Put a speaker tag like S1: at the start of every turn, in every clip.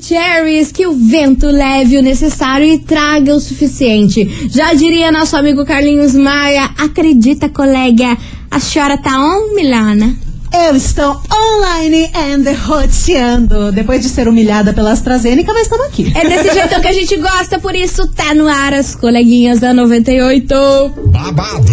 S1: Cherries, que o vento leve o necessário e traga o suficiente. Já diria nosso amigo Carlinhos Maia, acredita, colega, a senhora tá on, Milana?
S2: Eu estou online and roteando. Depois de ser humilhada pela AstraZeneca, mas estamos aqui.
S1: É desse jeito que a gente gosta, por isso tá no ar as coleguinhas da 98.
S3: Babado,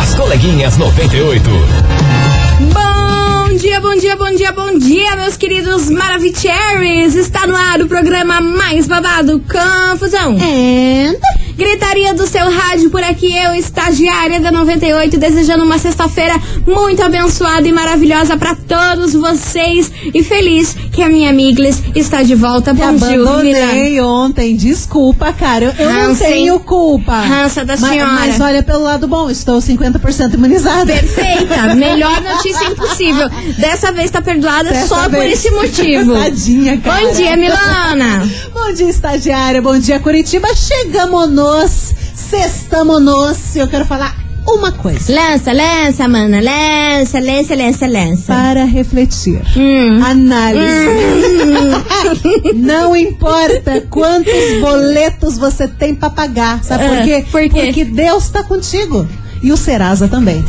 S4: As coleguinhas 98.
S1: Bom dia, bom dia, bom dia, bom dia, meus queridos Maravicheries! Está no ar o programa mais babado Confusão.
S2: É, And...
S1: Gritaria do seu rádio por aqui, eu, estagiária da 98, desejando uma sexta-feira muito abençoada e maravilhosa para todos vocês. E feliz que a minha Miglis está de volta.
S2: Te
S1: Bom dia, Milana.
S2: abandonei ontem, desculpa, cara. Eu, eu não
S1: Hansen.
S2: tenho culpa.
S1: Rança da
S2: Ma-
S1: senhora.
S2: Mas, olha pelo lado bom, estou 50% imunizada.
S1: Perfeita, melhor notícia impossível. Dessa vez tá perdoada
S2: Dessa
S1: só por
S2: vez.
S1: esse motivo.
S2: Tadinha, cara.
S1: Bom dia, Milana.
S2: Bom dia, estagiária. Bom dia, Curitiba. Chegamos nós, sextamos nós. Eu quero falar uma coisa
S1: Lança, lança, mana, lança, lança, lança, lança.
S2: para refletir.
S1: Hum.
S2: Análise. Não importa quantos boletos você tem pra pagar, sabe
S1: Ah,
S2: por quê?
S1: por quê?
S2: Porque Deus tá contigo. E o Serasa também.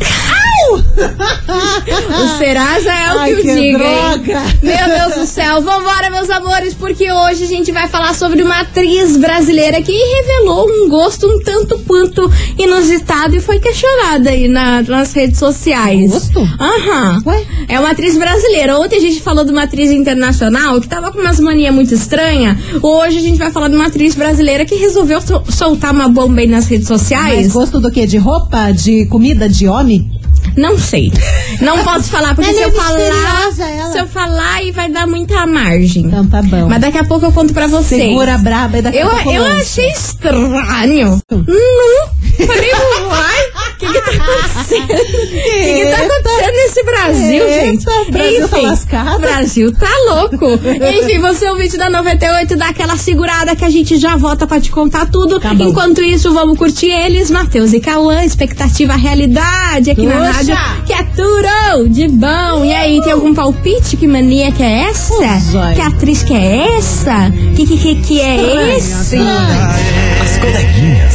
S1: O Serasa é
S2: Ah.
S1: o
S2: Ai,
S1: que eu
S2: que
S1: digo,
S2: droga.
S1: hein? Meu Deus do céu, vambora, meus amores, porque hoje a gente vai falar sobre uma atriz brasileira que revelou um gosto um tanto quanto inusitado e foi questionada aí na- nas redes sociais.
S2: Gosto?
S1: Aham.
S2: Ué?
S1: É uma atriz brasileira. Ontem a gente falou de uma atriz internacional que tava com umas manias muito estranhas. Hoje a gente vai falar de uma atriz brasileira que resolveu so- soltar uma bomba aí nas redes sociais.
S2: Mas gosto do quê? De roupa? De comida? De homem?
S1: Não sei. Não posso falar, porque
S2: Ela é
S1: se eu falar.
S2: misteriosa, ela.
S1: Se eu falar, aí vai dar muita margem.
S2: Então tá bom.
S1: Mas daqui a pouco eu conto pra vocês.
S2: Segura a braba e daqui a
S1: eu,
S2: pouco
S1: eu
S2: lança.
S1: achei estranho. Não. Falei, uai, o que, que tá acontecendo? O que, que tá acontecendo nesse Brasil,
S2: Eita,
S1: gente?
S2: o Brasil é? tá lascado.
S1: o Brasil tá louco. Enfim, você é o vídeo da 98, dá aquela segurada que a gente já volta pra te contar tudo.
S2: Tá bom.
S1: Enquanto isso, vamos curtir eles, Matheus e Cauã, expectativa realidade aqui na
S2: Puxa.
S1: rádio, que é tudo de bom. E aí, tem algum palpite? Que mania que é essa?
S2: Ô, joia.
S1: que atriz que é essa? Que que, que, que é esse?
S2: assim.
S4: As coleguinhas.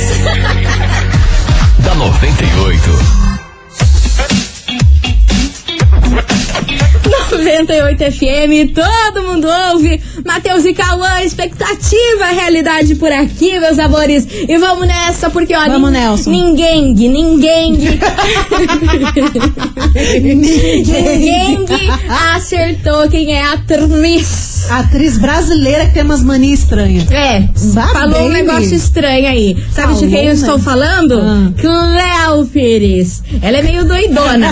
S4: da 98.
S1: 98 FM, todo mundo ouve. Matheus e Cauã, expectativa, realidade por aqui, meus amores. E vamos nessa, porque olha.
S2: Vamos,
S1: nin-
S2: Nelson.
S1: Ninguém, ninguém. ninguém acertou quem é a atriz.
S2: Atriz brasileira que tem umas manias estranhas.
S1: É,
S2: Vá
S1: falou um
S2: bem.
S1: negócio estranho aí. Sabe de
S2: Falou,
S1: quem eu estou
S2: né?
S1: falando?
S2: Ah.
S1: Cléo Pires. Ela é meio doidona.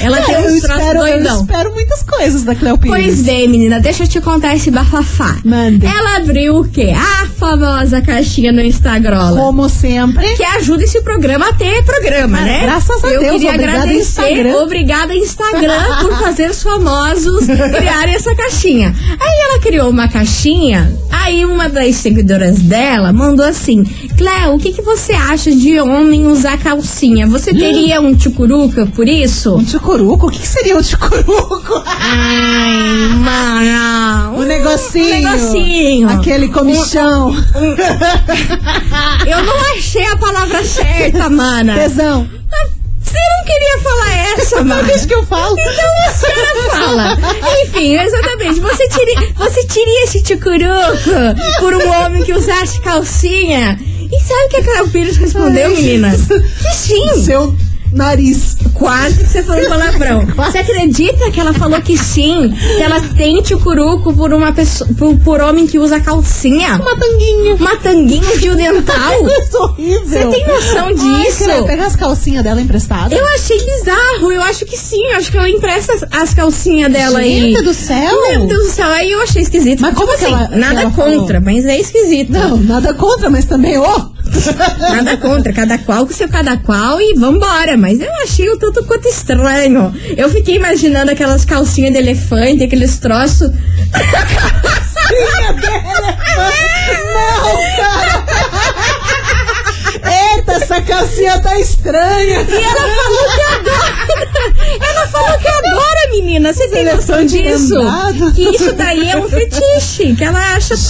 S1: Ela tem
S2: Cara, eu
S1: uns troços
S2: espero, Eu
S1: doidão.
S2: espero muitas coisas da Cleo Pires.
S1: Pois bem, menina, deixa eu te contar esse bafafá.
S2: Manda.
S1: Ela abriu o quê? A famosa caixinha no Instagram.
S2: Como sempre.
S1: Que ajuda esse programa a ter programa, né?
S2: Graças a
S1: Eu
S2: Deus,
S1: queria
S2: obrigada,
S1: agradecer.
S2: Instagram.
S1: Obrigada, Instagram, por fazer os famosos criarem essa caixinha. Aí ela criou uma caixinha, aí uma das seguidoras dela mandou assim: Cléo, o que, que você acha de homem usar calcinha?
S2: Hum.
S1: Você teria um tchucuruca por isso?
S2: Um tchucuruco? O que, que seria um tchucuruco?
S1: Ai, mano.
S2: Um negocinho.
S1: Ah, Um negocinho.
S2: Aquele comichão.
S1: Eu não achei a palavra certa, mana.
S2: Tesão.
S1: Você não queria falar essa,
S2: Não
S1: mana.
S2: deixa que eu falo.
S1: Então a senhora fala. Enfim, exatamente. Você teria, você teria esse ticuruco por um homem que usasse
S2: né,
S1: calcinha? E sabe o que a Cléo Pires respondeu, menina? Que sim.
S2: Seu nariz.
S1: quase que você falou um palavrão. Você acredita que ela falou que sim? Que ela tente o curuco por uma pessoa, por, por homem que usa calcinha?
S2: Uma tanguinha.
S1: Uma tanguinha de um dental?
S2: Que coisa é horrível.
S1: Você tem noção
S2: Ai,
S1: disso?
S2: cara, Pegar as calcinhas dela emprestadas.
S1: Eu achei bizarro, eu acho que sim, eu acho que ela empresta as- as calcinhas dela aí.
S2: Gente do céu.
S1: Meu Deus do céu, aí eu achei esquisito.
S2: Mas
S1: Tipo
S2: como que
S1: assim,
S2: ela- que
S1: nada
S2: ela falou?
S1: contra, mas é esquisito.
S2: Não, nada contra, mas também, ô.
S1: Nada contra, cada qual com seu cada qual e vambora. Mas eu achei o tanto quanto estranho. Eu fiquei imaginando aquelas calcinhas de elefante, aqueles troços.
S2: Eita, essa calcinha tá estranha.
S1: E ela falou que adora! Ela falou que adora, menina! Você tem noção
S2: Elefante
S1: disso?
S2: rendado.
S1: Que isso daí é um fetiche, que ela acha
S2: Gente.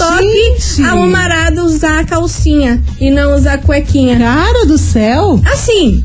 S1: top a mamarada usar a calcinha e não usar a cuequinha.
S2: Cara do céu.
S1: Assim,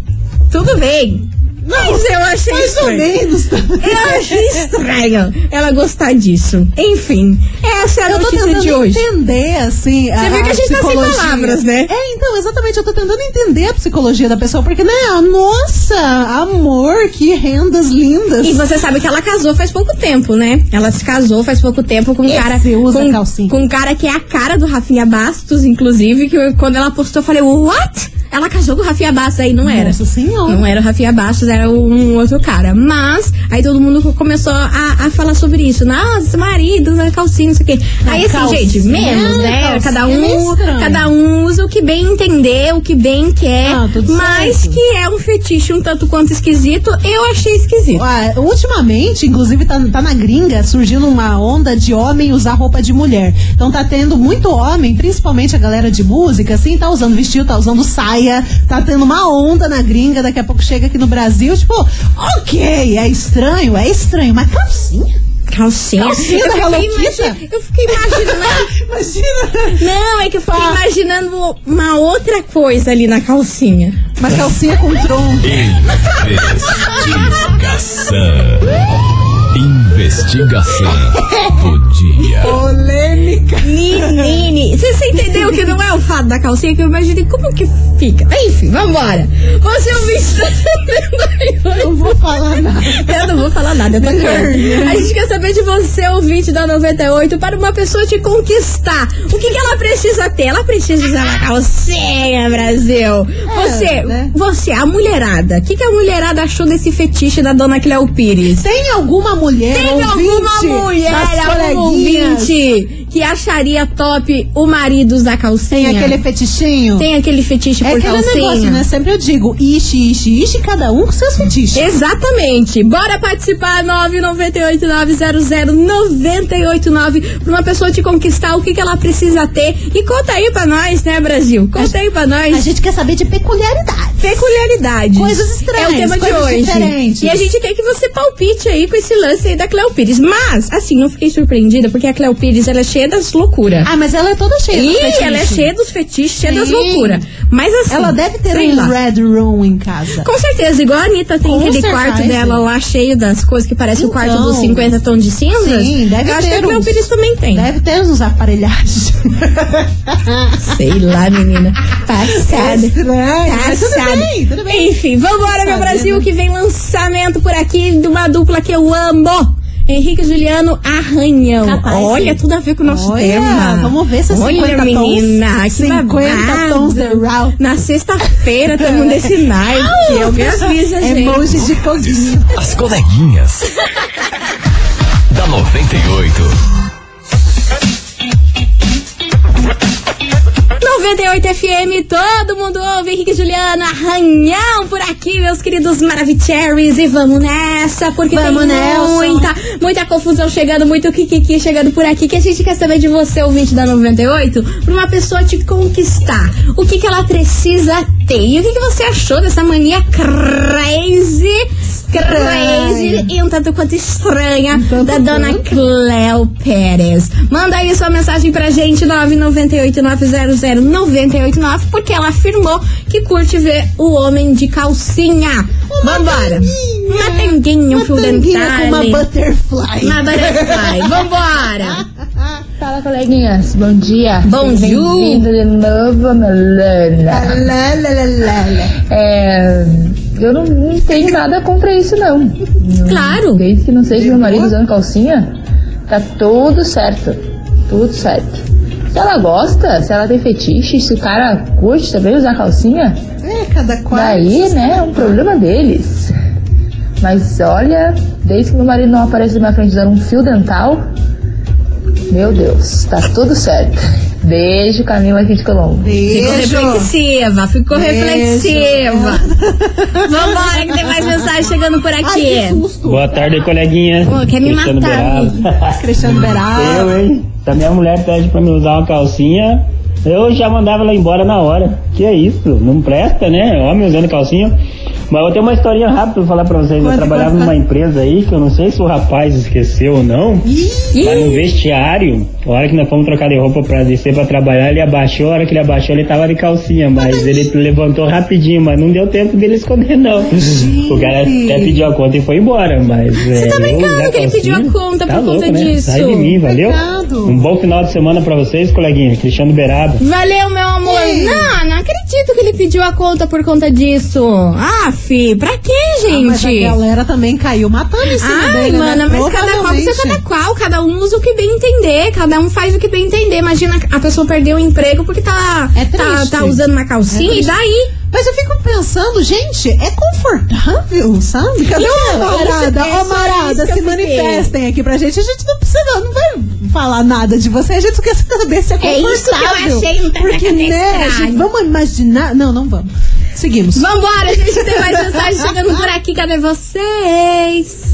S1: tudo bem. Mas eu achei
S2: Mais ou
S1: estranho.
S2: menos.
S1: Eu achei estranho ela gostar disso. Enfim, essa é a
S2: Eu tô
S1: notícia
S2: tentando
S1: de hoje.
S2: entender, assim.
S1: Você viu que a gente tá sem
S2: psicologia.
S1: palavras, né?
S2: É, então, exatamente. Eu tô tentando entender a psicologia da pessoa, porque, né? Nossa, amor, que rendas lindas.
S1: E você sabe que ela casou faz pouco tempo, né? Ela se casou faz pouco tempo com um
S2: Esse
S1: cara.
S2: usa
S1: com,
S2: calcinha.
S1: com um cara que é a cara do Rafinha Bastos, inclusive, que eu- quando ela postou, eu falei, what? Ela casou com o Rafinha Bastos, aí não era.
S2: Nossa senhora.
S1: Não era o Rafinha Bastos, era um outro cara. Mas, aí todo mundo começou a, a falar sobre isso. Nossa, marido, usa calcinha, não sei o quê. aí assim,
S2: calcinha,
S1: gente, menos, né?
S2: calcinha
S1: Cada
S2: é meio
S1: um,
S2: estranho.
S1: cada um usa o que bem entender, o que bem quer.
S2: Ah, tudo
S1: mas
S2: certo.
S1: que é um fetiche um tanto quanto esquisito, eu achei esquisito.
S2: Ah, ultimamente, inclusive, tá, tá na gringa surgindo uma onda de homem usar roupa de mulher. Então tá tendo muito homem, principalmente a galera de música, assim, tá usando vestido, tá usando saia, tá tendo uma onda na gringa, daqui a pouco chega aqui no Brasil, tipo, ok, é estranho, é estranho, mas calcinha.
S1: Calcinha.
S2: Calcinha
S1: eu,
S2: da Hello
S1: fiquei imagi-
S2: Kitty?
S1: eu fiquei imaginando.
S2: Imagina!
S1: Não, é que eu fiquei
S2: Pá.
S1: imaginando uma outra coisa ali na calcinha.
S2: Uma
S1: é
S2: calcinha com tronco.
S4: Investigação. Investigação do dia.
S2: Polêmica.
S1: Menine, você, você entendeu que não é o fato da calcinha que eu imaginei como que fica? Enfim, vambora. Você é um
S2: Não vou falar nada.
S1: Eu não vou falar nada, eu tô
S2: Uhum.
S1: querendo. A gente quer saber de você, ouvinte da 98, para uma pessoa te conquistar. O que, que ela precisa ter? Ela precisa usar uma calcinha, Brasil. Você,
S2: É, né?
S1: você, a mulherada. O que, que a mulherada achou desse fetiche da dona Cleo Pires?
S2: Tem alguma mulher
S1: Tem
S2: ouvinte
S1: alguma mulher,
S2: das
S1: algum
S2: coleguinhas?
S1: ouvinte, que acharia top o marido usar calcinha?
S2: Tem aquele fetichinho?
S1: Tem aquele fetiche
S2: É
S1: por
S2: aquele
S1: calcinha?
S2: negócio, né? Sempre eu digo, ixi, ixi, ixi, cada um com seus fetiches.
S1: Exatamente. Bora participar 998900989 pra uma pessoa te conquistar o que, que ela precisa ter. E conta aí pra nós, né, Brasil? Conta aí pra
S2: A
S1: nós.
S2: gente quer saber de peculiaridades.
S1: Peculiaridades.
S2: Coisas estranhas,
S1: É o tema de
S2: coisas
S1: hoje.
S2: diferentes.
S1: E a gente quer que você palpite aí com esse lance aí da Cleo Pires. Mas, assim, não fiquei surpreendida porque a Cleo Pires ela é cheia das loucuras.
S2: Ah, mas ela é toda cheia de
S1: Ih,
S2: fetiche.
S1: ela é cheia dos fetiches, cheia das
S2: Sim.
S1: loucuras. Mas assim.
S2: Ela deve ter
S1: sei
S2: um
S1: lá.
S2: Red Room em casa.
S1: Com certeza, igual a Anitta tem
S2: Com
S1: aquele
S2: certeza.
S1: quarto dela lá cheio das coisas que parece o quarto
S2: Então.
S1: dos 50 tons de cinza.
S2: Sim, deve
S1: Eu acho que
S2: ter
S1: a Cleo
S2: uns.
S1: Pires também tem.
S2: Deve ter uns aparelhagens.
S1: Sei lá, menina. Tá Passada.
S2: Estranho. mas Tudo
S1: Passada.
S2: bem, tudo bem. um
S1: Enfim, vambora, meu
S2: Sabendo.
S1: Brasil, que vem lançamento por aqui de uma dupla que eu amo. Henrique e Juliano Arranhão.
S2: Capaz,
S1: Olha,
S2: hein?
S1: tudo a ver com o nosso
S2: Olha,
S1: tema.
S2: vamos ver se é
S1: Olha,
S2: 50 tons.
S1: menina, que
S2: 50
S1: babado.
S2: tons de Ralph.
S1: Na sexta-feira um estamos nesse Nike. Alguém avisa,
S2: É
S1: gente.
S2: monge de coguinho.
S4: As coleguinhas. da 98.
S1: 98 FM, todo mundo ouve, Henrique e Juliano, arranhão por aqui, meus queridos Maravicheries, e vamos nessa, porque
S2: Vamos
S1: tem
S2: nessa.
S1: muita, muita confusão chegando, muito kikiki chegando por aqui, que a gente quer saber de você, ouvinte da 98, pra uma pessoa te conquistar, o que que ela precisa ter, e o que que você achou dessa mania crazy, crazy, e um tanto quanto estranha,
S2: Um tanto
S1: da dona
S2: quanto.
S1: Cléo Pérez. Manda aí sua mensagem pra gente, 998-900-989, porque ela afirmou que curte ver o homem de calcinha. Vambora!
S2: tanguinha.
S1: Uma tanguinha, um
S2: Uma
S1: fio
S2: tanguinha com uma
S1: dental.
S2: butterfly.
S1: Uma butterfly. Vambora!
S5: Fala, coleguinhas. Bom dia.
S1: Bom dia.
S5: Bem-vindo de novo, Melana.
S2: Lá, lá, lá, lá, lá.
S5: É, Eu não, não tenho nada contra isso, não. Eu-
S1: Claro.
S5: Desde que não seja meu marido usando calcinha, tá tudo certo. Tudo certo. Se ela gosta, se ela tem fetiche, se o cara curte também usar calcinha,
S2: É, cada quarto.
S5: Daí, né, é um problema deles. Mas olha, desde que meu marido não aparece na minha frente usando um fio dental, meu Deus, tá tudo certo. Beijo, Camila aqui de Colombo.
S1: Ficou
S2: Beijo.
S1: reflexiva, ficou
S2: Beijo.
S1: reflexiva. Vambora, que tem mais mensagem chegando por
S2: Ai, que
S1: aqui.
S2: susto.
S6: Boa tarde, coleguinha.
S1: Pô, quer me
S6: Cristiano
S1: matar,
S6: Beraba.
S2: Cristiano Beraba.
S6: Eu, hein? Se a minha mulher pede pra me usar uma calcinha, eu já mandava ela embora na hora. Que é isso? Não presta, né? Homem usando calcinha. Mas eu tenho uma historinha rápida pra falar pra vocês.
S2: Conta,
S6: eu trabalhava
S2: conta.
S6: numa empresa aí, que eu não sei se o rapaz esqueceu ou não. Mas Tá no vestiário, a hora que nós fomos trocar de roupa pra descer pra trabalhar, ele abaixou, a hora que ele abaixou, ele tava de calcinha, mas ele levantou rapidinho, mas não deu tempo dele esconder, não. O cara até pediu a conta e foi embora, mas. é, Você
S1: tá brincando que ele pediu a conta por conta disso?
S6: Tá né? Sai de mim, valeu?
S2: Pecado.
S6: Um bom final de semana pra vocês, coleguinha. Cristiano Beraba.
S1: Valeu, meu amor.
S2: Ei.
S1: Não, não acredito que ele pediu a conta por conta disso. Ah, fi, pra quê,
S2: Ah, Mas a
S1: gente?
S2: galera também caiu matando em cima
S1: Ai,
S2: dele,
S1: mana,
S2: né?
S1: mas cada tá qual
S2: Provavelmente.
S1: precisa cada qual, cada um usa o que bem entender, cada um faz o que bem entender. Imagina a pessoa perder o emprego porque tá,
S2: É
S1: tá,
S2: triste.
S1: tá usando uma calcinha
S2: É
S1: e
S2: triste.
S1: daí?
S2: Mas eu fico pensando, gente, é confortável, sabe? Cadê o
S1: Então,
S2: Marada?
S1: isso-
S2: Ô,
S1: isso
S2: Marada,
S1: que eu
S2: se
S1: fiquei.
S2: manifestem aqui pra gente. A gente não precisa, não vai falar nada de você. A gente só quer saber se é
S1: É
S2: confortável.
S1: isso que eu achei no
S2: Porque, né,
S1: Telecastral.
S2: gente, vamos imaginar... Não, não vamos. Seguimos.
S1: Vambora, gente, tem mais mensagem chegando por aqui. Cadê vocês?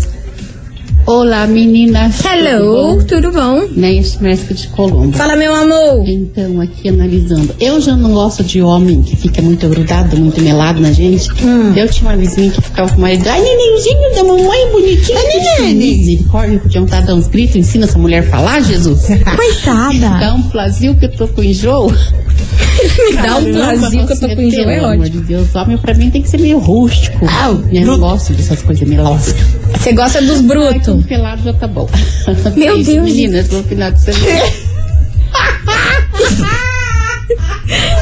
S7: Olá meninas,
S1: Hello,
S7: tudo
S1: tudo bom?
S7: bom? né? Smurf de Colombo.
S1: Fala, meu amor.
S7: Então, aqui analisando, eu já não gosto de homem que fica muito grudado, muito melado na gente.
S1: Hum.
S7: Eu tinha uma vizinha que ficava com o marido, ai, nenenzinho da mamãe, bonitinho. Ai, neném. Misericórdia, podiam estar dando uns gritos, ensina essa mulher a falar, Jesus.
S1: Coitada.
S7: Dá um plazio que eu tô com enjoo.
S1: Me dá um plazio que eu tô com enjoo, é
S7: Pelo
S1: ótimo.
S7: amor de Deus, homem pra mim tem que ser meio rústico. Ah, eu não gosto dessas coisas melosas.
S1: Você gosta dos
S7: Um
S1: brutos.
S7: pelado já tá bom.
S1: Meu
S7: Beijo,
S1: Deus.
S7: Meninas, bom final de semana.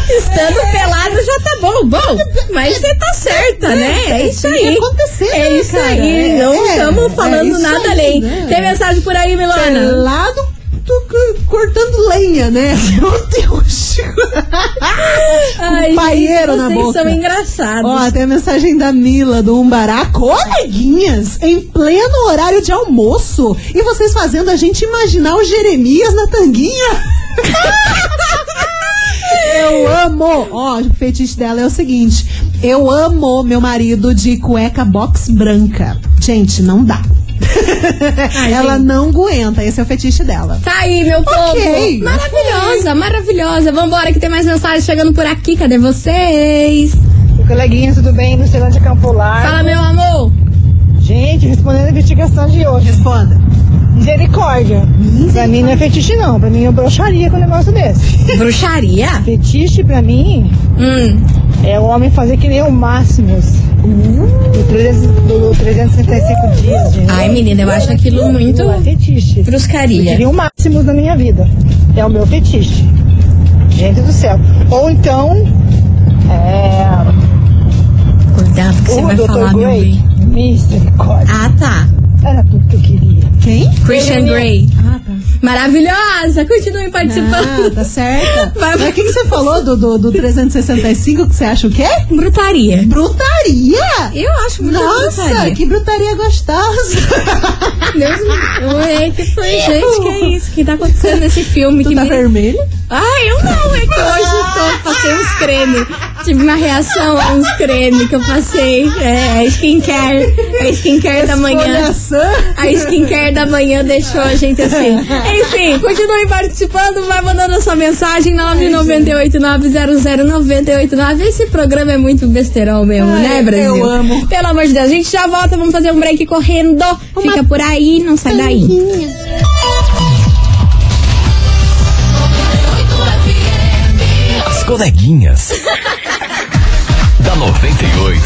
S1: Estando pelado já tá bom. Bom, mas você tá certa, né? É isso aí.
S2: acontecer,
S1: É
S2: né,
S1: isso
S2: cara?
S1: aí.
S2: É,
S1: Não
S2: é,
S1: estamos
S2: é
S1: falando
S2: isso
S1: nada
S2: aí,
S1: além.
S2: né?
S1: Tem mensagem por aí, Milana?
S2: Pelado, tu c- cortando lenha, né? Meu Deus.
S1: Ai,
S2: Um paieiro na
S1: vocês
S2: boca.
S1: são engraçados.
S2: Ó, tem a mensagem da Mila, do Umbará. Coleguinhas, em pleno horário de almoço. E vocês fazendo a gente imaginar o Jeremias na tanguinha. Eu amo. Ó, o fetiche dela é o seguinte. Eu amo meu marido de cueca box branca. Gente, não dá. Ela não aguenta. Esse é o fetiche dela.
S1: Tá aí, meu povo.
S2: Ok,
S1: Maravilhosa, maravilhosa. Vambora que tem mais mensagem chegando por aqui. Cadê vocês?
S8: Coleguinha, tudo bem? Lucilândia de é Campo Largo.
S1: Fala, meu amor.
S8: Gente, respondendo a investigação de hoje.
S2: Responda.
S8: Misericórdia. Pra mim não é fetiche, não. Pra mim eu broxaria com um negócio desse.
S1: Bruxaria?
S8: Fetiche, pra mim,
S1: Hum.
S8: é o homem fazer que nem o Máximos. Do, 300 do 365 dias, gente.
S1: Uh. Ai, menina, eu acho aquilo muito
S8: Não é fetiche. Eu
S1: bruscaria.
S8: queria o Máximos na minha vida. É o meu fetiche. Gente do céu. Ou então, é...
S1: Cuidado que você
S8: o
S1: vai falar,
S8: Dr.
S1: meu
S8: Grey.
S1: bem.
S8: Misericórdia.
S1: Ah, tá.
S8: Era tudo que eu queria.
S2: Quem?
S1: Christian Grey.
S2: Ah, tá.
S1: Maravilhosa! Continue participando.
S2: Ah, tá certa.
S1: Vai-
S2: Mas o que, que você falou do, do, do 365 que você acha o quê?
S1: Brutaria.
S2: Brutaria!
S1: Eu acho muito
S2: Nossa,
S1: brutaria.
S2: que brutaria gostosa!
S1: Deus me... Ué, que foi, gente? Que é isso? que tá acontecendo nesse filme?
S2: Tu
S1: que
S2: tá
S1: me-
S2: vermelha?
S1: Ai, eu não. É que hoje eu tô, passei uns creme. Tive uma reação a uns creme que eu passei. É, a skincare. A skincare da manhã.
S2: Esfoliação.
S1: A skincare da manhã deixou a gente assim. Enfim, continue participando, vai mandando a sua mensagem 998900989. Esse programa é muito besterol mesmo,
S2: Ai,
S1: né, Brasil?
S2: eu amo.
S1: Pelo amor de Deus, a gente já volta, vamos fazer um break correndo. Fica por aí, não sai daí.
S4: As coleguinhas. da 98.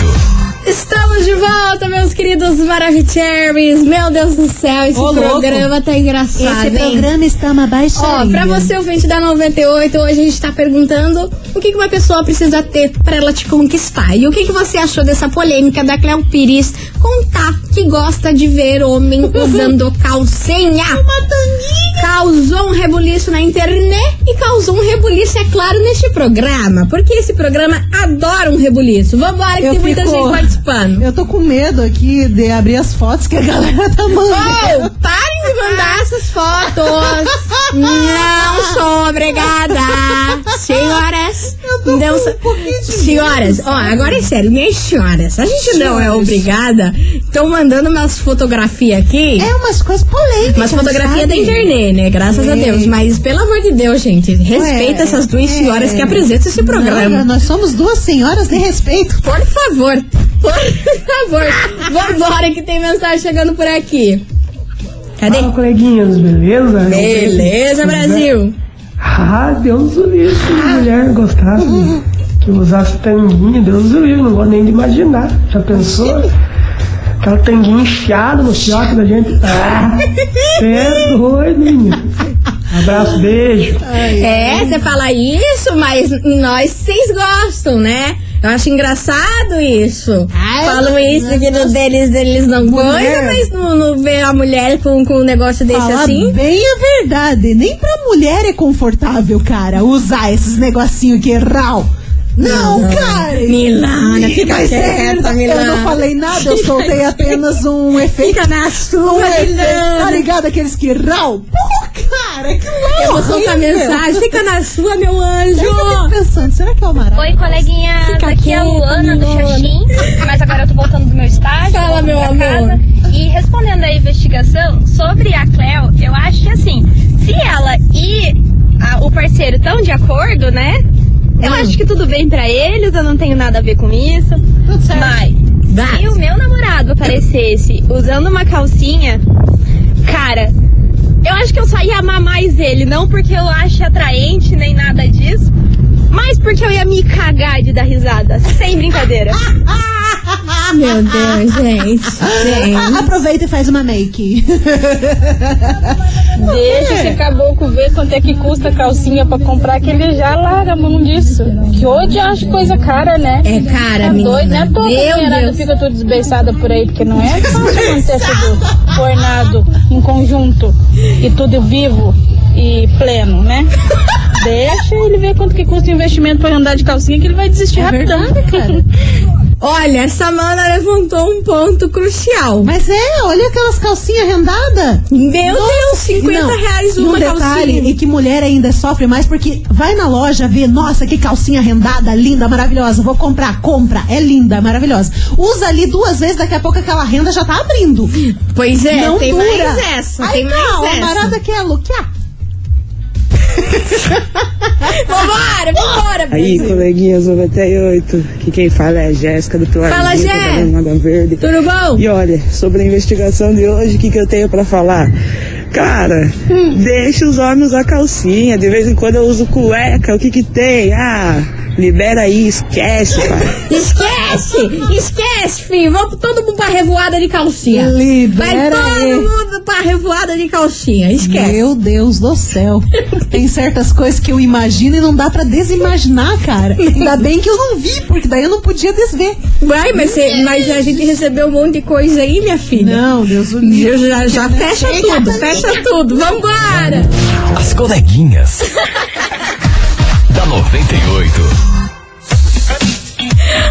S1: Estamos de volta, meus meus queridos Maravicherrys. Meu Deus do céu, esse
S2: Ô, louco.
S1: programa tá engraçado,
S2: Esse
S1: hein?
S2: programa é está uma
S1: Ó,
S2: baixaria.
S1: pra você, ouvinte da 98, hoje a gente tá perguntando o que, que uma pessoa precisa ter pra ela te conquistar. E o que, que você achou dessa polêmica da Cleo Pires contar que gosta de ver homem usando calcinha? Uma tanguinha! Causou um rebuliço na internet e causou um rebuliço, é claro, neste programa. Porque esse programa adora um rebuliço. Vambora, que
S2: Eu
S1: tem muita
S2: fico-
S1: gente participando.
S2: Eu tô com medo aqui de abrir as fotos que a galera tá
S1: Oh,
S2: mandando.
S1: parem de mandar essas fotos. Não sou obrigada. Senhoras, não
S2: um
S1: sou... Senhoras, ó, agora é sério, minhas senhoras, a gente não é obrigada. Estão mandando umas fotografias aqui.
S2: É umas coisas polêmicas.
S1: Mas fotografia
S2: sabe?
S1: da internet, né? Graças a
S2: É.
S1: Deus. Mas, pelo amor de Deus, gente, respeita
S2: É,
S1: essas duas
S2: é.
S1: senhoras que apresentam esse programa.
S2: Não, nós somos duas senhoras de respeito.
S1: Por favor, por favor, vambora que tem mensagem chegando por aqui. Cadê?
S9: Fala, coleguinhas, beleza?
S1: Beleza, Brasil.
S9: Ah, Deus o livre, se mulher gostasse que usasse tanguinha, Deus o livre, não vou nem de imaginar. Já pensou? Aquela tanguinha enfiada no fiote da gente. Ah, cê é doido, menino. Abraço, beijo.
S1: É, você fala isso, mas nós vocês gostam, né? Eu acho engraçado isso.
S2: Ai,
S1: Falam isso que no deles eles não gostam, mas não, não vê a mulher com, com um negócio desse
S2: Falar
S1: assim.
S2: bem a verdade. Nem pra mulher é confortável, cara, usar esses negocinho que é rau. Não, cara.
S1: Milana, fica
S2: Mas é,
S1: quieta,
S2: Eu não
S1: Milana.
S2: falei nada, eu soltei apenas um efeito.
S1: Fica na sua,
S2: Um efeito, tá
S1: Milana.
S2: ligado? Aqueles que rau. Porra, cara, que louco.
S1: Eu vou soltar
S2: meu.
S1: mensagem. Fica na sua, meu
S2: Eu fiquei
S1: anjo.
S2: pensando, será que é o Amaral?
S10: Oi, coleguinhas.
S2: Fica
S10: Aqui é a
S2: quieta,
S10: Luana do
S2: Luana.
S10: Xaxim. Mas agora eu tô voltando do meu estágio.
S1: Fala,
S10: voltando
S1: meu
S10: pra
S1: amor.
S10: casa. E respondendo a investigação sobre a Cleo, É, eu acho que assim, se ela e a- o parceiro estão de acordo, né? Eu
S1: Hum.
S10: acho que tudo bem pra eles, eu não tenho nada a ver com isso.
S2: Tudo certo.
S10: Mas
S1: Dá.
S10: se o meu namorado aparecesse usando uma calcinha, cara, eu acho que eu só ia amar mais ele, não porque eu ache atraente nem nada disso, mas porque eu ia me cagar de dar risada, sem brincadeira.
S1: Meu Deus, gente. gente.
S2: Ah, Aproveita e faz uma make.
S11: Deixa esse caboclo ver quanto é que custa a calcinha pra comprar, que ele já larga a mão disso. Que hoje eu acho coisa cara, né?
S1: É cara,
S11: Tá doido, né?
S1: menina.
S11: Toda mulherada
S1: Meu Deus.
S11: fica tudo desbeiçada por aí, porque não é fácil manter tudo fornado em conjunto e tudo vivo e pleno, né? Deixa ele ver quanto que custa o investimento pra andar de calcinha, que ele vai desistir rapidão. né,
S1: Olha, essa mana levantou um ponto crucial.
S2: Mas é, olha aquelas calcinhas rendadas.
S1: Meu Deus, 50
S2: Não,
S1: reais
S2: e um
S1: uma
S2: detalhe, E
S1: calcinha.
S2: que mulher ainda sofre mais porque vai na loja ver, nossa, que calcinha rendada, linda, maravilhosa, vou comprar, compra, é linda, maravilhosa. Usa ali duas vezes, daqui a pouco aquela renda já tá abrindo.
S1: Pois é,
S2: não
S1: tem
S2: dura.
S1: mais essa,
S2: Aí
S1: tem
S2: não,
S1: mais
S2: a
S1: essa.
S2: marada quer lucrar. tá-
S1: Vambora, vambora.
S9: Aí,
S1: Brasil.
S9: coleguinhas 98, que quem fala é a Jéssica do tá Pilar
S1: Fala, Gé.
S9: Verde.
S1: Tudo bom?
S9: E olha, sobre a investigação de hoje, o que, que eu tenho pra falar? Cara, deixa os homens usar calcinha. De vez em quando eu uso cueca. O que que tem? Ah, libera aí, esquece, pai.
S1: Esquece, esquece, filho. Vamos todo mundo pra revoada de calcinha. Vai
S2: Libera aí.
S1: todo mundo pra revoada de calcinha. Esquece.
S2: Meu Deus do céu. Tem certas coisas que eu imagino e não dá pra desimaginar, cara. Ainda bem que eu não vi, porque daí eu não podia desver.
S1: Vai, mas, cê- mas a gente recebeu um monte de coisa aí, minha filha.
S2: Não, Deus o livre.
S1: Eu já, já fecha
S2: tá
S1: tudo, fecha tudo. Vambora.
S3: As coleguinhas. da 98.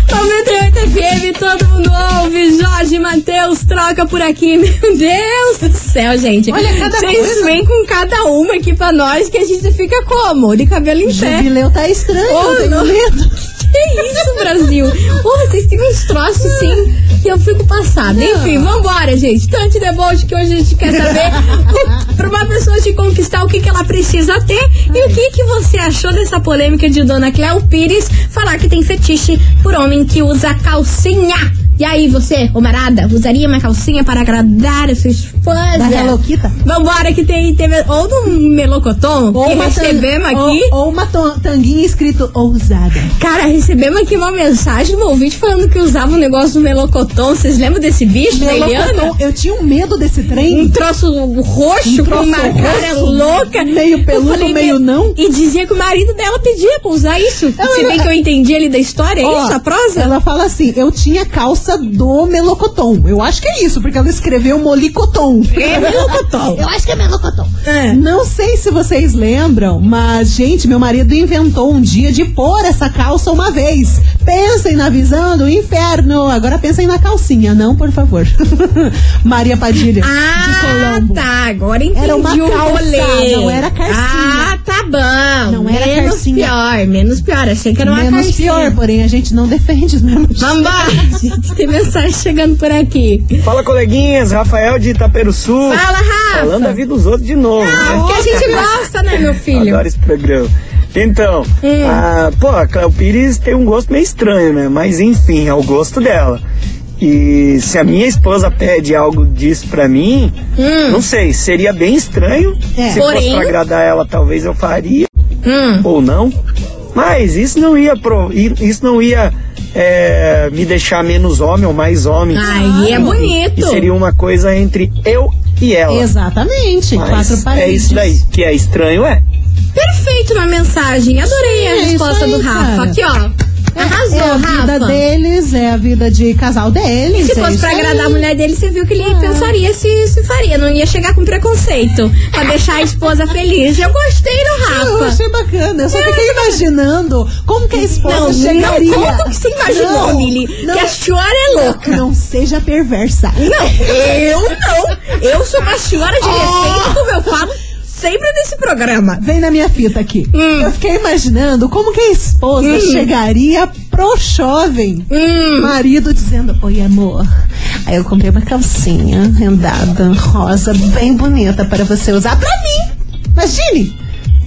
S1: 98 FM, todo mundo ouve. Jorge Matheus troca por aqui. Meu Deus do céu, gente.
S2: Olha, cada
S1: Vocês
S2: coisa.
S1: vêm com cada uma aqui pra nós que a gente fica como? De cabelo em pé.
S2: Jubileu tá estranho,
S1: Ô,
S2: eu tenho
S1: não.
S2: medo.
S1: Que isso, Brasil? Porra, vocês têm uns troços sim que eu fico passada. Enfim, vambora, gente. Tante deboche que hoje a gente quer saber o- pra uma pessoa te conquistar o que, que ela precisa ter e o que, que você achou dessa polêmica de Dona Cléo Pires falar que tem fetiche por homem que usa calcinha. E aí, você, homarada, usaria uma calcinha para agradar a sua esposa?
S2: Da Hello
S1: Vambora, que tem, teve ou do Melocoton, que
S2: tan-
S1: recebemos aqui.
S2: Ou, ou uma to- tanguinha escrito ousada.
S1: Cara, recebemos aqui uma mensagem do ouvinte falando que usava um negócio do melocotão. Vocês lembram desse bicho, da Eliana?
S2: Melocotão. Eu tinha um medo desse trem.
S1: Um troço roxo
S2: Um
S1: com
S2: troço
S1: uma cara
S2: roxo,
S1: louca.
S2: meio peludo,
S1: Eu
S2: meio
S1: "Meu-"
S2: não.
S1: E dizia que o marido dela pedia pra usar isso. Se
S2: eu-
S1: bem que eu entendi ali da história, é
S2: Ó,
S1: isso a prosa?
S2: Ela fala assim: eu tinha calça do melocotom. Eu acho que é isso, porque ela escreveu molicotom.
S1: É melocotão.
S2: Eu acho que é melocotão.
S1: É.
S2: Não sei se vocês lembram, mas, gente, meu marido inventou um dia de pôr essa calça uma vez. Pensem na visão do inferno. Agora pensem na calcinha, não, por favor. Maria Padilha, de
S1: Ah,
S2: Colombo.
S1: tá. Agora entendi
S2: Era uma
S1: o
S2: calça,
S1: rolê.
S2: não era calcinha.
S1: Ah, tá bom.
S2: Não era
S1: menos
S2: calcinha.
S1: pior, menos pior. Achei que era uma
S2: Menos
S1: calcinha.
S2: pior, porém a gente não defende os mesmos.
S1: Vambora, gente. Tem mensagem chegando por aqui.
S12: Fala, coleguinhas. Rafael de Itaperu Sul.
S1: Fala, Rafa. Ah,
S12: Falando a vida dos outros de novo, né?
S1: Porque a gente gosta, né, meu filho?
S12: Adoro esse programa. Então,
S1: Hum.
S12: a, pô, a Cléo Pires tem um gosto meio estranho, né? Mas enfim, é o gosto dela. E se a minha esposa pede algo disso pra mim, não sei, seria bem estranho.
S2: É.
S12: Se fosse
S1: Hum. Porém-
S12: pra agradar ela, talvez eu faria
S1: Hum.
S12: ou não. Mas isso não ia pro, i- isso não ia é, me deixar menos homem ou mais homem.
S1: Aí é
S12: E
S1: bonito.
S12: Ah, seria uma coisa entre eu e ela.
S2: Exatamente,
S12: Mas
S2: quatro
S12: é
S2: paredes.
S12: isso daí, que é estranho, é.
S1: Perfeito na mensagem. Adorei
S2: Sim,
S1: a
S2: é
S1: resposta
S2: isso aí,
S1: do Rafa.
S2: cara.
S1: Aqui, ó. Arrasou,
S2: é a vida
S1: Rafa.
S2: deles, é a vida de casal deles.
S1: Se
S2: é
S1: fosse
S2: isso
S1: pra
S2: aí. Ah.
S1: agradar a mulher dele, você viu que ele pensaria se, se faria. Não ia chegar com preconceito. Pra deixar a esposa feliz. Eu gostei do
S2: Ah, Eu
S1: Rafa. É.
S2: achei bacana, eu só fiquei imaginando como que a esposa
S1: Não,
S2: chegaria.
S1: não conta o que você imaginou,
S2: Não,
S1: Lili.
S2: não.
S1: Que a senhora é louca.
S2: Não seja perversa.
S1: Não, eu não. Eu sou uma senhora
S2: Oh!
S1: de respeito, como eu falo sempre nesse programa.
S2: Vem na minha fita aqui.
S1: Hum.
S2: Eu fiquei imaginando como que a esposa chegaria pro jovem
S1: Hum,
S2: marido dizendo: Oi, amor. Aí eu comprei uma calcinha rendada, rosa, bem bonita para você usar pra mim. Imagine!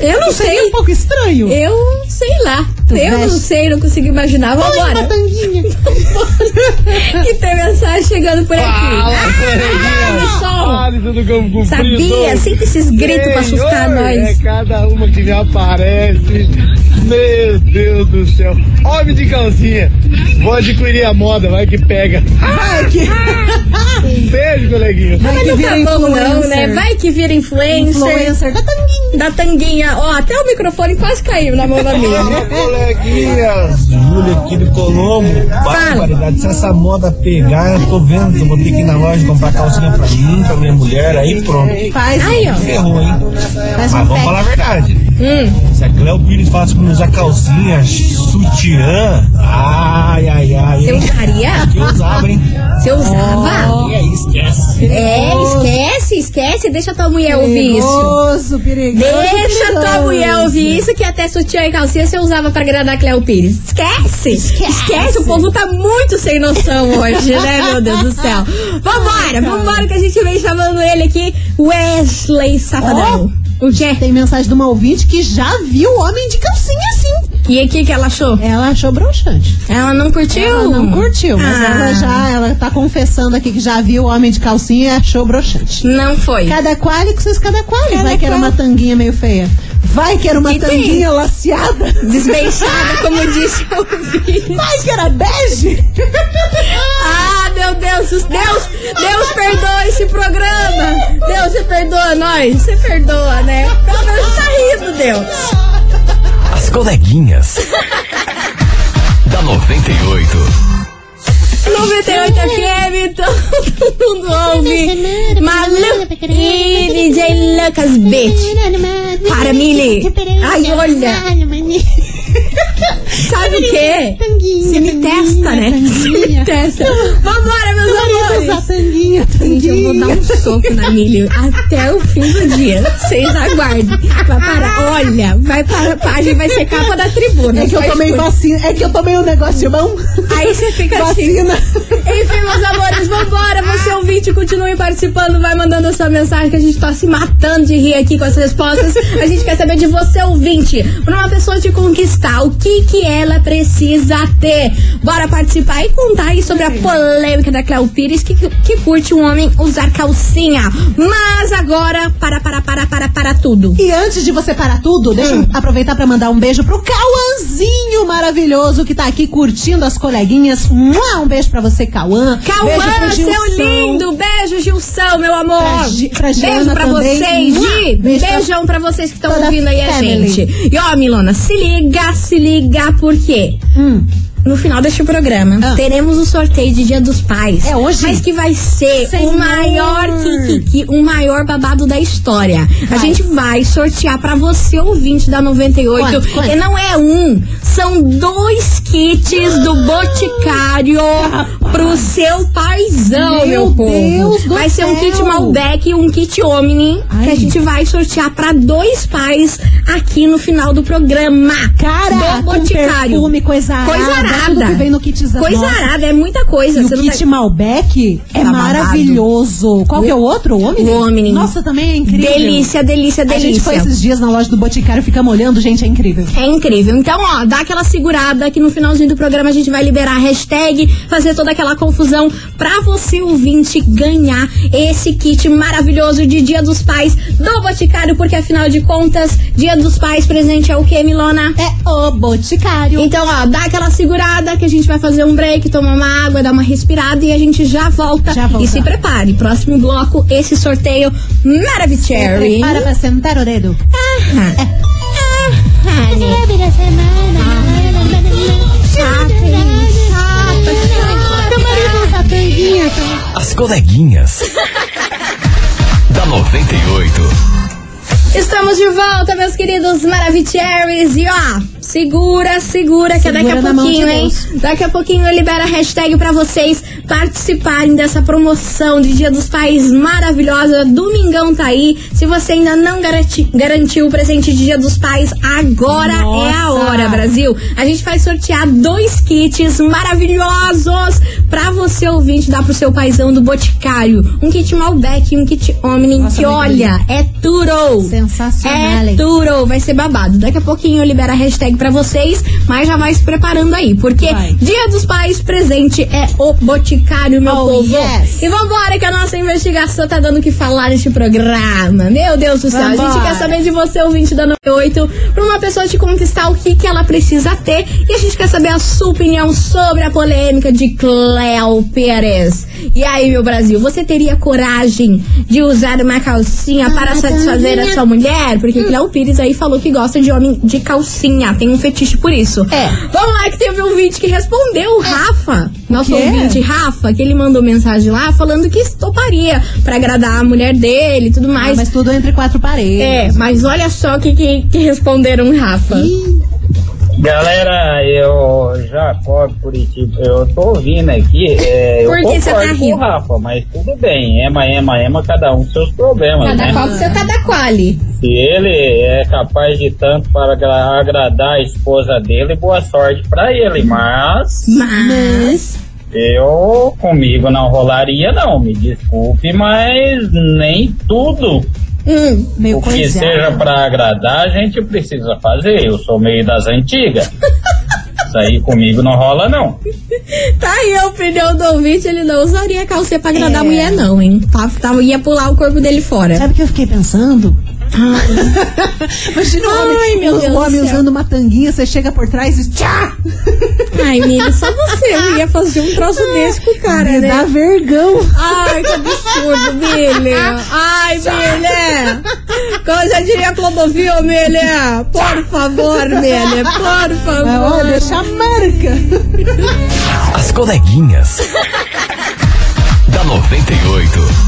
S1: Eu não
S2: Seria
S1: sei.
S2: um pouco estranho.
S1: Eu sei lá.
S2: Tu
S1: eu não
S2: veste?
S1: sei, não consigo imaginar.
S2: Põe uma
S1: Vambora.
S2: tanguinha.
S1: que tem mensagem chegando por aqui. Ah, Sol.
S13: Alisson do Campo Comprido.
S1: Sabia? Sempre esses gritos pra assustar
S13: Ei, oi,
S1: nós.
S13: É cada uma que me aparece. Meu Deus do céu. Homem de calcinha. Vou adquirir a moda, vai que pega.
S2: Vai que,
S13: Um beijo, coleguinha.
S2: vai
S1: Mas
S2: que
S1: não tá
S2: vira
S1: bom, não, né?
S2: influencer.
S1: Vai que vira influencer.
S2: Influencer da tanguinha.
S1: Da tanguinha. Ó, até o microfone quase caiu na mão da minha. né?
S13: Coleguinhas, Júlia aqui do Colombo. Barbaridade, se essa moda pegar, eu tô vendo, eu vou ter que ir na loja comprar calcinha pra mim, pra minha mulher, aí pronto.
S2: Faz,
S1: Aí, ó.
S13: Ferrou, hein?
S2: faz um
S13: Mas vamos
S2: pack.
S13: falar a verdade.
S1: Hum.
S13: Se a Cléo Pires faz pra mim usar calcinha, sutiã, ai, ai, ai.
S1: Você
S13: hein?
S1: usaria?
S13: Eu usava, hein?
S1: Você
S2: Oh.
S1: usava?
S13: E aí, esquece.
S1: É, esquece, esquece. Deixa tua mulher ouvir isso.
S2: Perigoso, perigoso.
S1: Deixa tua
S2: perigoso.
S1: mulher ouvir isso que até sutiã e calcinha você usava pra agradar a Cléo Pires. Esquece! Esquece! O povo tá muito sem noção hoje, né, meu Deus do céu? Vambora, vambora que a gente vem chamando ele aqui, Wesley Safadão. O quê?
S2: Tem mensagem de uma ouvinte que já viu homem de calcinha assim.
S1: E aí, o que que ela achou?
S2: Ela achou broxante.
S1: Ela não curtiu?
S2: Ela não curtiu, mas
S1: Ah.
S2: ela já ela tá confessando aqui que já viu homem de calcinha e achou broxante.
S1: Não foi.
S2: Cada qual com seus cada qual. Vai que era uma tanguinha meio feia. Vai que era uma
S1: E tem?
S2: tanguinha laceada.
S1: Desbeiçada, como disse o ouvinte.
S2: Vai que era É bege.
S1: Ah, meu Deus, os- Deus, Deus perdoa esse programa. Deus, você perdoa nós? Você perdoa, né? Pelo menos tá rindo, Deus.
S3: As coleguinhas. da 98.
S1: 98 FM, todo mundo ouve. Maluco e DJ Lucas Beach. Para, Mili. Ai, olha. Sabe o quê? Você me testa, né? Você me testa. Vambora, meus amores.
S2: Essa tanguinha,
S1: Gente, eu vou dar
S2: tanguinha.
S1: um soco na milho até o fim do dia. Vocês aguardem. Vai parar. Olha, vai para a página, vai ser capa da tribuna.
S2: É que eu
S1: Faz
S2: tomei
S1: coisa.
S2: vacina. É que eu tomei um negócio de mão.
S1: Aí você fica
S2: Vacina.
S1: assim. Enfim, meus amores, vambora. Você é um ouvinte, continue participando, vai mandando a sua mensagem que a gente tá se matando de rir aqui com as respostas. A gente quer saber de você, ouvinte, pra uma pessoa te conquistar. o que que ela precisa ter. Bora participar e contar aí sobre a polêmica da Cléo Pires que, que curte um homem usar calcinha. Mas agora, para, para, para, para, para tudo.
S2: E antes de você parar tudo, deixa eu aproveitar pra mandar um beijo pro Cauãzinho maravilhoso que tá aqui curtindo as coleguinhas. Mua, Um beijo pra você, Cauã. Beijo pro
S1: Cauã, seu
S2: Gilson.
S1: lindo! Beijo, Gilson, meu amor!
S2: Pra Gi- pra
S1: beijo
S2: Giana
S1: pra
S2: também.
S1: vocês, Gi!
S2: Mua! Beijo pra
S1: Beijão pra vocês que estão
S2: toda a
S1: ouvindo aí
S2: family.
S1: a gente. E ó, Milona, se liga, se liga, por quê?
S2: Hum.
S1: No final deste programa, teremos o sorteio de Dia dos Pais. É hoje? Mas que vai ser o maior kikiki, o maior babado da história. A gente vai sortear pra você, ouvinte da 98.
S4: Quanto, quanto?
S1: E não é um, são dois kits do Boticário pro seu paizão, meu,
S2: Meu
S1: povo.
S2: Deus do
S1: vai ser um
S2: céu.
S1: kit Malbec e um kit Omni que a gente vai sortear pra dois pais aqui no final do programa.
S2: Cara,
S1: do
S2: com
S1: Boticário.
S2: perfume, coisa arada,
S1: Coisa
S2: tudo
S1: arada.
S2: que vem no kit das
S1: Coisa
S2: nossas.
S1: arada, é muita coisa.
S2: E o
S1: você não
S2: kit
S1: tá-
S2: Malbec é
S1: Tá babado.
S2: maravilhoso. Qual que é o outro? O Omni?
S1: O Omni.
S2: Nossa, também é incrível.
S1: Delícia, delícia,
S2: A gente
S1: delícia.
S2: foi esses dias na loja do Boticário, ficamos olhando, gente, é incrível.
S1: É incrível. Então, ó, dá aquela segurada que no finalzinho do programa a gente vai liberar a hashtag, fazer toda aquela confusão pra você ouvinte ganhar esse kit maravilhoso de Dia dos Pais do Boticário, porque afinal de contas, Dia dos Pais presente é o que, Milona?
S2: É o Boticário.
S1: Então, ó, dá aquela segurada que a gente vai fazer um break, tomar uma água, dar uma respirada e a gente já volta.
S2: Já volta.
S1: E se prepare, próximo bloco, esse sorteio maravilhoso.
S2: Para pra sentar o dedo.
S14: As coleguinhas. da 98.
S1: Estamos de volta, meus queridos Maravicheries. E ó, segura, segura, que
S2: Segura
S1: daqui a
S2: na mão de
S1: pouquinho, hein?
S2: Deus.
S1: Daqui a pouquinho eu libero a hashtag pra vocês participarem dessa promoção de Dia dos Pais maravilhosa. Domingão tá aí. Se você ainda não garanti- garantiu o presente de Dia dos Pais, agora é a
S4: Nossa!
S1: hora, Brasil. A gente vai sortear dois kits maravilhosos pra você ouvinte dar pro seu paizão do Boticário. Um kit Malbec e um kit Omni, que
S2: muito
S1: olha, é tudo!
S2: Sensacional,
S1: É
S2: hein?
S1: tudo! Vai ser babado. Daqui a pouquinho eu libero a hashtag pra vocês, mas já vai se preparando aí, porque Dia dos Pais presente é o Boticário, meu
S2: Oh,
S1: povo.
S2: yes.
S1: E vambora que a nossa investigação tá dando o que falar neste programa. Meu Deus do céu, a gente
S2: Vambora.
S1: quer saber de você, ouvinte da 98, pra uma pessoa te conquistar o que, que ela precisa ter. E a gente quer saber a sua opinião sobre a polêmica de Cléo Pérez. E aí, meu Brasil, você teria coragem de usar uma calcinha para satisfazer a sua mulher? Porque Cléo Pires aí falou que gosta de homem de calcinha. Tem um fetiche por isso. É. Vamos lá que teve um ouvinte que respondeu, o Rafa. Nosso
S4: quê?
S1: ouvinte, Rafa, que ele mandou mensagem lá falando que toparia pra agradar a mulher dele e tudo mais. Ah, mas
S2: tudo entre quatro paredes.
S1: É, mas olha só o que, que, que responderam, Rafa.
S15: Galera, eu Jacob Curitiba, eu tô ouvindo aqui. É, eu
S1: Por que você tá
S15: concordo com
S1: rindo?
S15: o Rafa, mas tudo bem. Ema, ema, ema, cada um com seus problemas,
S1: Cada
S15: né?
S1: Tá qual com seu cada quali.
S15: Se ele é capaz de tanto para agra- agradar a esposa dele, boa sorte pra ele. Mas
S2: É.
S1: Mas.
S15: eu comigo não rolaria, não. Me desculpe, mas nem tudo
S1: Hum,
S15: o que seja pra agradar, a gente precisa fazer. Eu sou meio das antigas. Isso aí comigo não rola, não.
S1: Tá aí a opinião do ouvinte, ele não usaria calcinha pra agradar a mulher, não, hein? Tá, tá- ia pular o corpo dele fora.
S2: Sabe o que eu fiquei pensando? Imagina o homem,
S1: Ai, meu
S2: o
S1: Deus do
S2: homem
S1: céu.
S2: usando uma tanguinha, você chega por trás e tchá!
S1: Ai, amiga, só você eu ia fazer um troço desse com o cara,
S2: Me
S1: né?
S2: dá vergão.
S1: Ai, que absurdo, Billy. Ai, Billy. Como já diria Clodovil, Billy. Por favor, Billy. Por favor.
S2: Mas, ó, deixa a marca.
S14: As coleguinhas. da 98.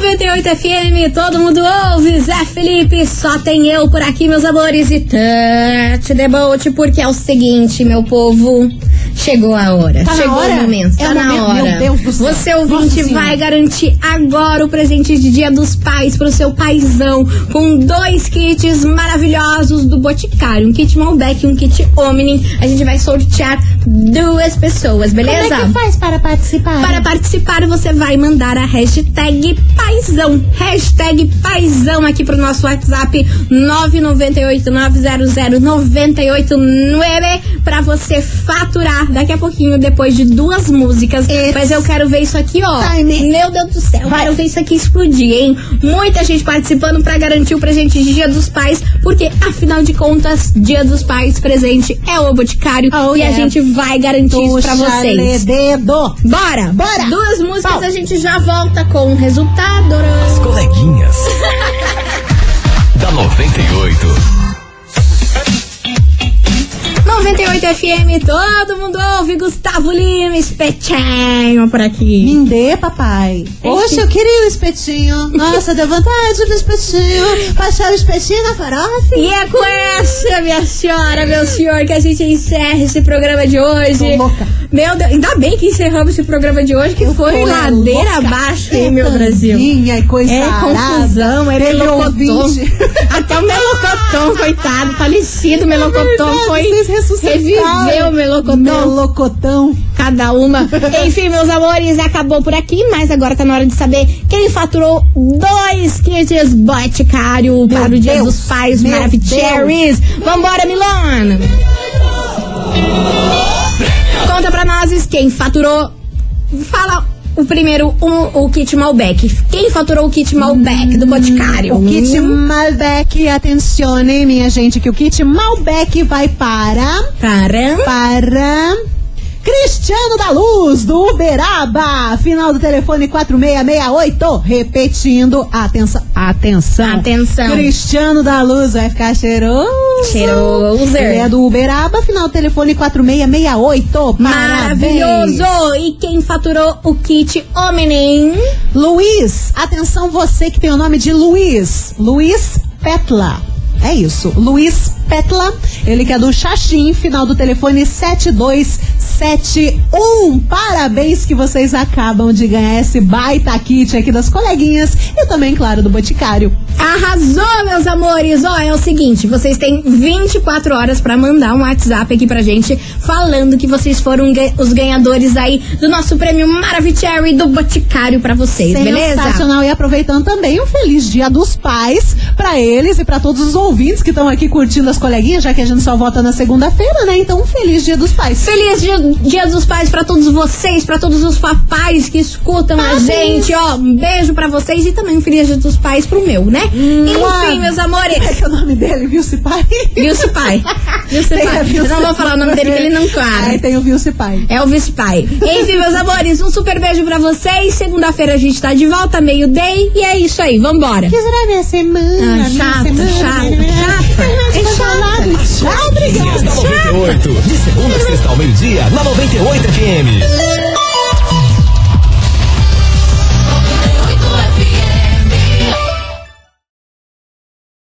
S1: 98 FM, todo mundo ouve, Zé Felipe, só tem eu por aqui, meus amores, e Tati Debote, porque é o seguinte, meu povo, Chegou a hora.
S2: Tá na
S1: Chegou
S2: hora?
S1: o momento.
S2: É
S1: tá
S2: o
S1: na
S2: momento,
S1: hora.
S2: meu Deus do céu.
S1: Você
S2: Nossa
S1: ouvinte
S2: Senhora.
S1: vai garantir agora o presente de Dia dos Pais pro seu paizão com dois kits maravilhosos do Boticário, um kit Malbec e um kit Omni. A gente vai sortear duas pessoas, beleza?
S16: Como é que faz para participar?
S1: Para participar, você vai mandar a hashtag paizão. Hashtag paizão aqui pro nosso WhatsApp 998900989 pra você faturar daqui a pouquinho, depois de duas músicas. Mas eu quero ver isso aqui, ó. Meu Deus do céu, eu quero ver isso aqui explodir, hein? Muita gente participando pra garantir o presente de Dia dos Pais, porque afinal de contas, Dia dos Pais presente é o Boticário e a
S16: yeah.
S1: gente vai garantir isso pra
S16: Puxa
S1: vocês.
S2: Dedo.
S1: Bora! Bora! Duas músicas, a gente já volta com o resultado. As
S14: coleguinhas. Da 98.
S1: 98 FM, todo mundo ouve. Gustavo Lima, espetinho por aqui.
S2: Mindê, papai. Oxe, eu queria um espetinho. Nossa, deu vontade do espetinho. Passar o espetinho na farofa.
S1: E é com essa, minha senhora, meu senhor, que a gente encerra esse programa de hoje. Meu Deus, ainda bem que encerramos esse programa de hoje, que foi
S2: tô
S1: ladeira
S2: é louca. É
S1: abaixo, hein, meu Brasil.
S2: Tandinha, coisa
S1: é
S2: arada.
S1: confusão, é
S2: Teve
S1: melocotão.
S2: ouvinte. É
S1: Até o melocotão, coitado, falecido melocotão,
S2: verdade,
S1: foi
S2: vocês ressuscitaram.
S1: reviveu o melocotão.
S2: Melocotão.
S1: Cada uma. Enfim, meus amores, acabou por aqui, mas agora tá na hora de saber quem faturou dois kits boticário para o Dia
S16: Deus,
S1: dos Pais
S16: meu
S1: Maravicheries. Vambora, Milona! Conta pra nós quem faturou. Fala o primeiro, um, o kit Malbec. Quem faturou o kit Malbec do Hum, Boticário?
S2: Hum, O kit Malbec, atencione, minha gente, que o kit Malbec vai para.
S1: Para.
S2: Para. Cristiano da Luz, do Uberaba. Final do telefone 4668. Repetindo, atenção. Atenção.
S1: Atenção.
S2: Cristiano da Luz vai ficar cheiroso.
S1: Cheiroso.
S2: Ele é do Uberaba. Final do telefone 4668. Parabéns.
S1: Maravilhoso! E quem faturou o kit Omnem?
S2: Luiz, atenção você que tem o nome de Luiz. Luiz Petla. É isso, Luiz Petla, ele que é do Xaxim, final do telefone 7271. Parabéns que vocês acabam de ganhar esse baita kit aqui das coleguinhas e também, claro, do Boticário.
S1: Arrasou, meus amores! Ó, é o seguinte, vocês têm 24 horas pra mandar um WhatsApp aqui pra gente falando que vocês foram ga- os ganhadores aí do nosso prêmio Maravicherry do Boticário pra vocês, É beleza?
S2: Sensacional. E aproveitando também um feliz dia dos pais pra eles e pra todos os ouvintes que estão aqui curtindo as coleguinhas, já que a gente só volta na segunda-feira, né? Então, um feliz dia dos pais.
S1: Feliz dia, Dia dos Pais pra todos vocês, pra todos os papais que escutam a
S2: Papis.
S1: gente, ó. Um beijo pra vocês e também um Feliz Dia dos Pais pro meu, né? Enfim, meus amores.
S2: É que o nome dele, Vilce Pai.
S1: Vilce Pai. Vilce
S2: Tem a
S1: Pai. Eu
S2: Vilce
S1: não vou falar o nome dele que ele não para.
S2: Aí tem o Vilce Pai.
S1: É o vice-pai. Enfim, meus amores, um super beijo pra vocês. Segunda-feira a gente tá de volta, meio-day. E é isso aí, vambora.
S2: Que será minha semana?
S1: Ah, chata,
S2: minha
S1: chata, chata.
S2: É chata. Tchau, obrigada.
S14: Da 98. De segunda a sexta ao meio-dia, na 98 FM.